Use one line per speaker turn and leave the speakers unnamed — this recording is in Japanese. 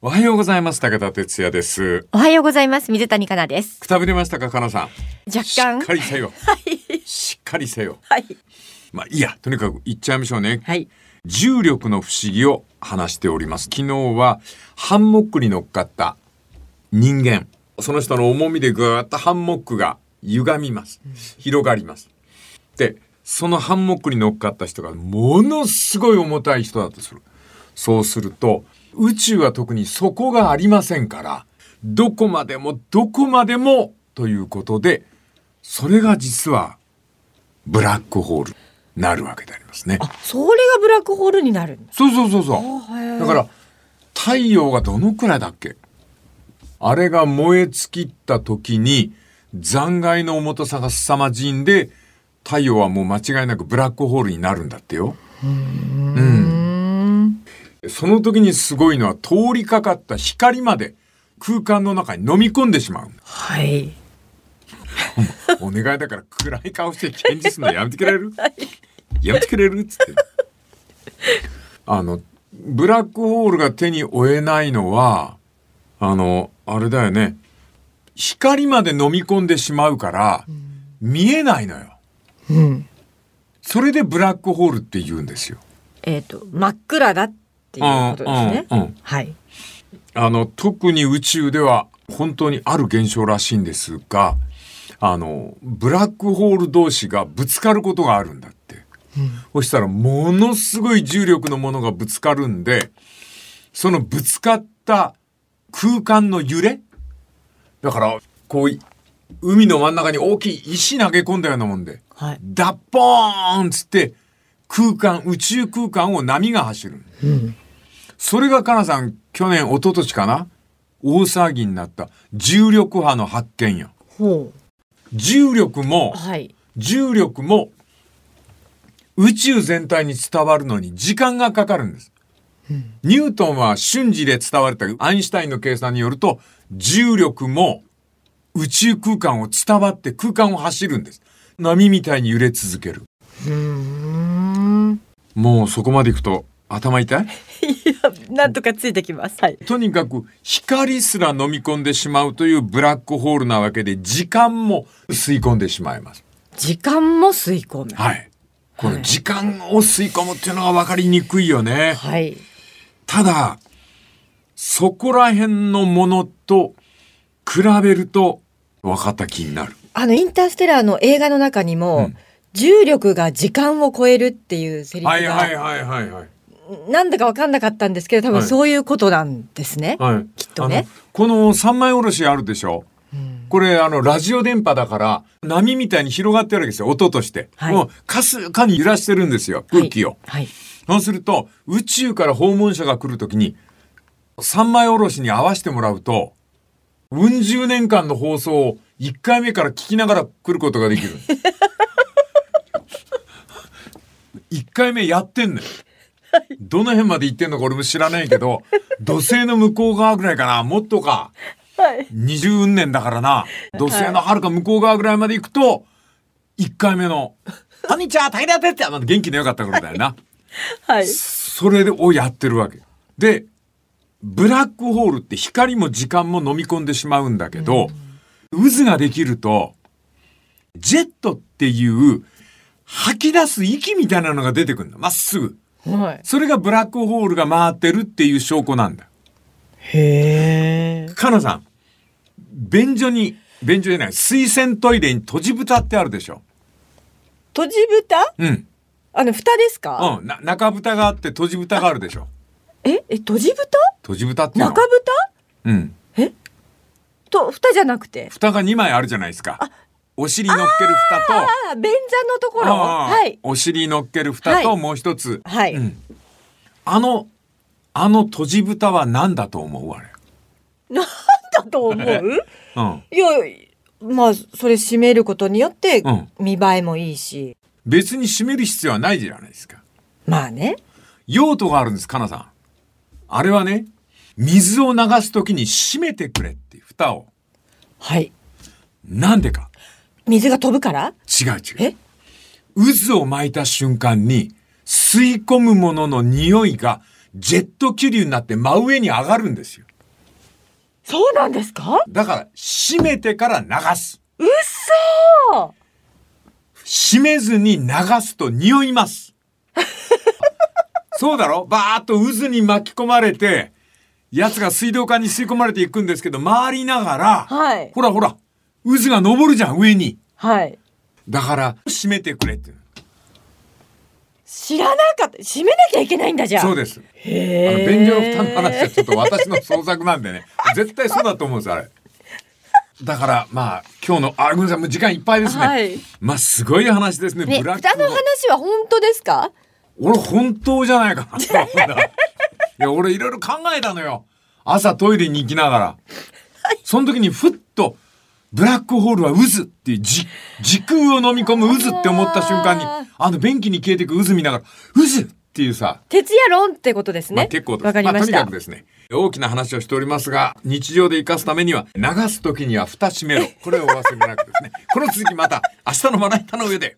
おはようございます。武田哲也です。
おはようございます。水谷香奈です。
くたびれましたか、かなさん。
若
し
干。
っかりせよ。
はい。
しっかりせよ。
はい。
まあ、いいや、とにかく言っちゃいましょうね。
はい。
重力の不思議を話しております。昨日はハンモックに乗っかった人間。その人の重みでぐーっとハンモックが歪みます。広がります。で、そのハンモックに乗っかった人がものすごい重たい人だとする。そうすると、宇宙は特に底がありませんから、どこまでもどこまでもということで、それが実はブラックホールになるわけでありますね。
それがブラックホールになるんだ。
そうそうそうそう。
はい
だから太陽がどのくらいだっけあれが燃え尽きった時に残骸の重たさが凄まじいんで太陽はもう間違いなくブラックホールになるんだってよ。うんその時にすごいのは通りかかった光まで空間の中に飲み込んでしまう。
はい。
お願いだから暗い顔して返事するのやめてくれるやめてくれるっつって。あの、ブラックホールが手に負えないのは、あの、あれだよね。光まで飲み込んでしまうから、見えないのよ。
うん。
それでブラックホールって言うんですよ。
えっ、と、真っ暗だっていうことですね。
うんうんうん
はい。
あの、特に宇宙では本当にある現象らしいんですが、あの、ブラックホール同士がぶつかることがあるんだって。そしたらものすごい重力のものがぶつかるんで、そのぶつかった空間の揺れだから、こうい、海の真ん中に大きい石投げ込んだようなもんで、
はい。
ダッポーンっつって空間、宇宙空間を波が走る。
うん。
それがかなさん、去年、一昨年かな大騒ぎになった重力波の発見や。
ほ
重力も
う。、はい。
重力も、宇宙全体に伝わるのに時間がかかるんです。ニュートンは瞬時で伝われたけどアインシュタインの計算によると、重力も宇宙空間を伝わって空間を走るんです。波みたいに揺れ続ける。
うーん。
もうそこまでいくと頭痛い
なんとか ついてきます。はい。
とにかく光すら飲み込んでしまうというブラックホールなわけで時間も吸い込んでしまいます。
時間も吸い込む。
はい。こ
は
の
い
時間を吸い込むっていうのが分かりにくいよね。
はい。
ただ、そこら辺のものと比べると分かった気になる。
あの、インターステラーの映画の中にも、
うん
重力が時間を超えるっていうセリフが、
はいはいはいはいはい。
なんだか分かんなかったんですけど、多
は
分
い
そういうことなんですね。
はい、
きっと
あ
ね
の。この三枚おろしあるでしょ
うん
これあのラジオ電波だから波みたいに広がってるわけですよ音として、
はい
もうかすかに揺らしてるんですよ空気を、
はい。
そうすると、宇宙から訪問者が来るときに、三枚おろしに合わせてもらうと、うん十年間の放送を1回目から聞きながら来ることができる。1回目やってんのよ。どの辺まで行ってんのか俺も知らないけど、土星の向こう側ぐらいかな、もっとか。
はい。
20年だからな、土星の遥か向こう側ぐらいまで行くと、1回目の、こんにちは、武田哲也まだ元気の良かった頃だよな。
はい。
それをやってるわけ。で、ブラックホールって光も時間も飲み込んでしまうんだけど、渦ができると、ジェットっていう吐き出す息みたいなのが出てくるんだ。まっすぐ。
はい。
それがブラックホールが回ってるっていう証拠なんだ。
へえ。
かなさん、便所に、便所じゃない、水洗トイレに閉じ蓋ってあるでしょ。
とじ蓋
うん。
あの、蓋ですか、
うん。な中蓋があって閉じ蓋があるでしょ。
え、え、とじ蓋
閉じ蓋っていうの
中蓋
うん。
と、蓋じゃなくて。
蓋が2枚あるじゃないですか。お尻乗っける蓋と、
ああ、便座のところ。
ああ
はい。
お尻乗っける蓋
は
と
い
もう一つ、
はい。
うんあの、あの閉じ蓋は何だと思うあれ。
なんだと思う
うん。
いや、まあ、それ閉めることによって
うん、
見栄えもいいし。
別に閉める必要はないじゃないですか。
まあね。
用途があるんです、かなさん。あれはね、水を流すときに閉めてくれっていう蓋を。
はい。
なんでか。
水が飛ぶから
違う違う
え。
渦を巻いた瞬間に、吸い込むものの匂いがジェット気流になって真上に上がるんですよ。
そうなんですか
だから閉めてから流す
うっそ
閉めずに流すと匂います そうだろバーッと渦に巻き込まれてやつが水道管に吸い込まれていくんですけど回りながら、
はい
ほらほら渦が上るじゃん上に
はい
だから閉めてくれっていう
知らなかった閉めなきゃいけないんだじゃあ
そうですあの
へえ
便所の負担の話はちょっと私の創作なん でね絶対そうだと思うんですあれだからまあ今日のあごめんなさいもう時間いっぱいですね、
はい
まあすごい話ですね
ね
ブラッ
豚
ク
の
ホール
話は本当ですか
俺本当じゃないかなと思うんだ いや俺いろいろ考えたのよ朝トイレに行きながらその時にふっとブラックホールは渦っていうじ時空を飲み込む渦って思った瞬間に
あー
あの便器に消えていく渦見ながら渦っていうさ
徹夜論ってことですね、
まあ、結構です。
わかりま
あ、と
し
に
た、
かくですね、大きな話をしておりますが、日常で生かすためには、流す時には蓋閉めろ。これをお忘れなくですね。この続きまた、明日のまな板の上で。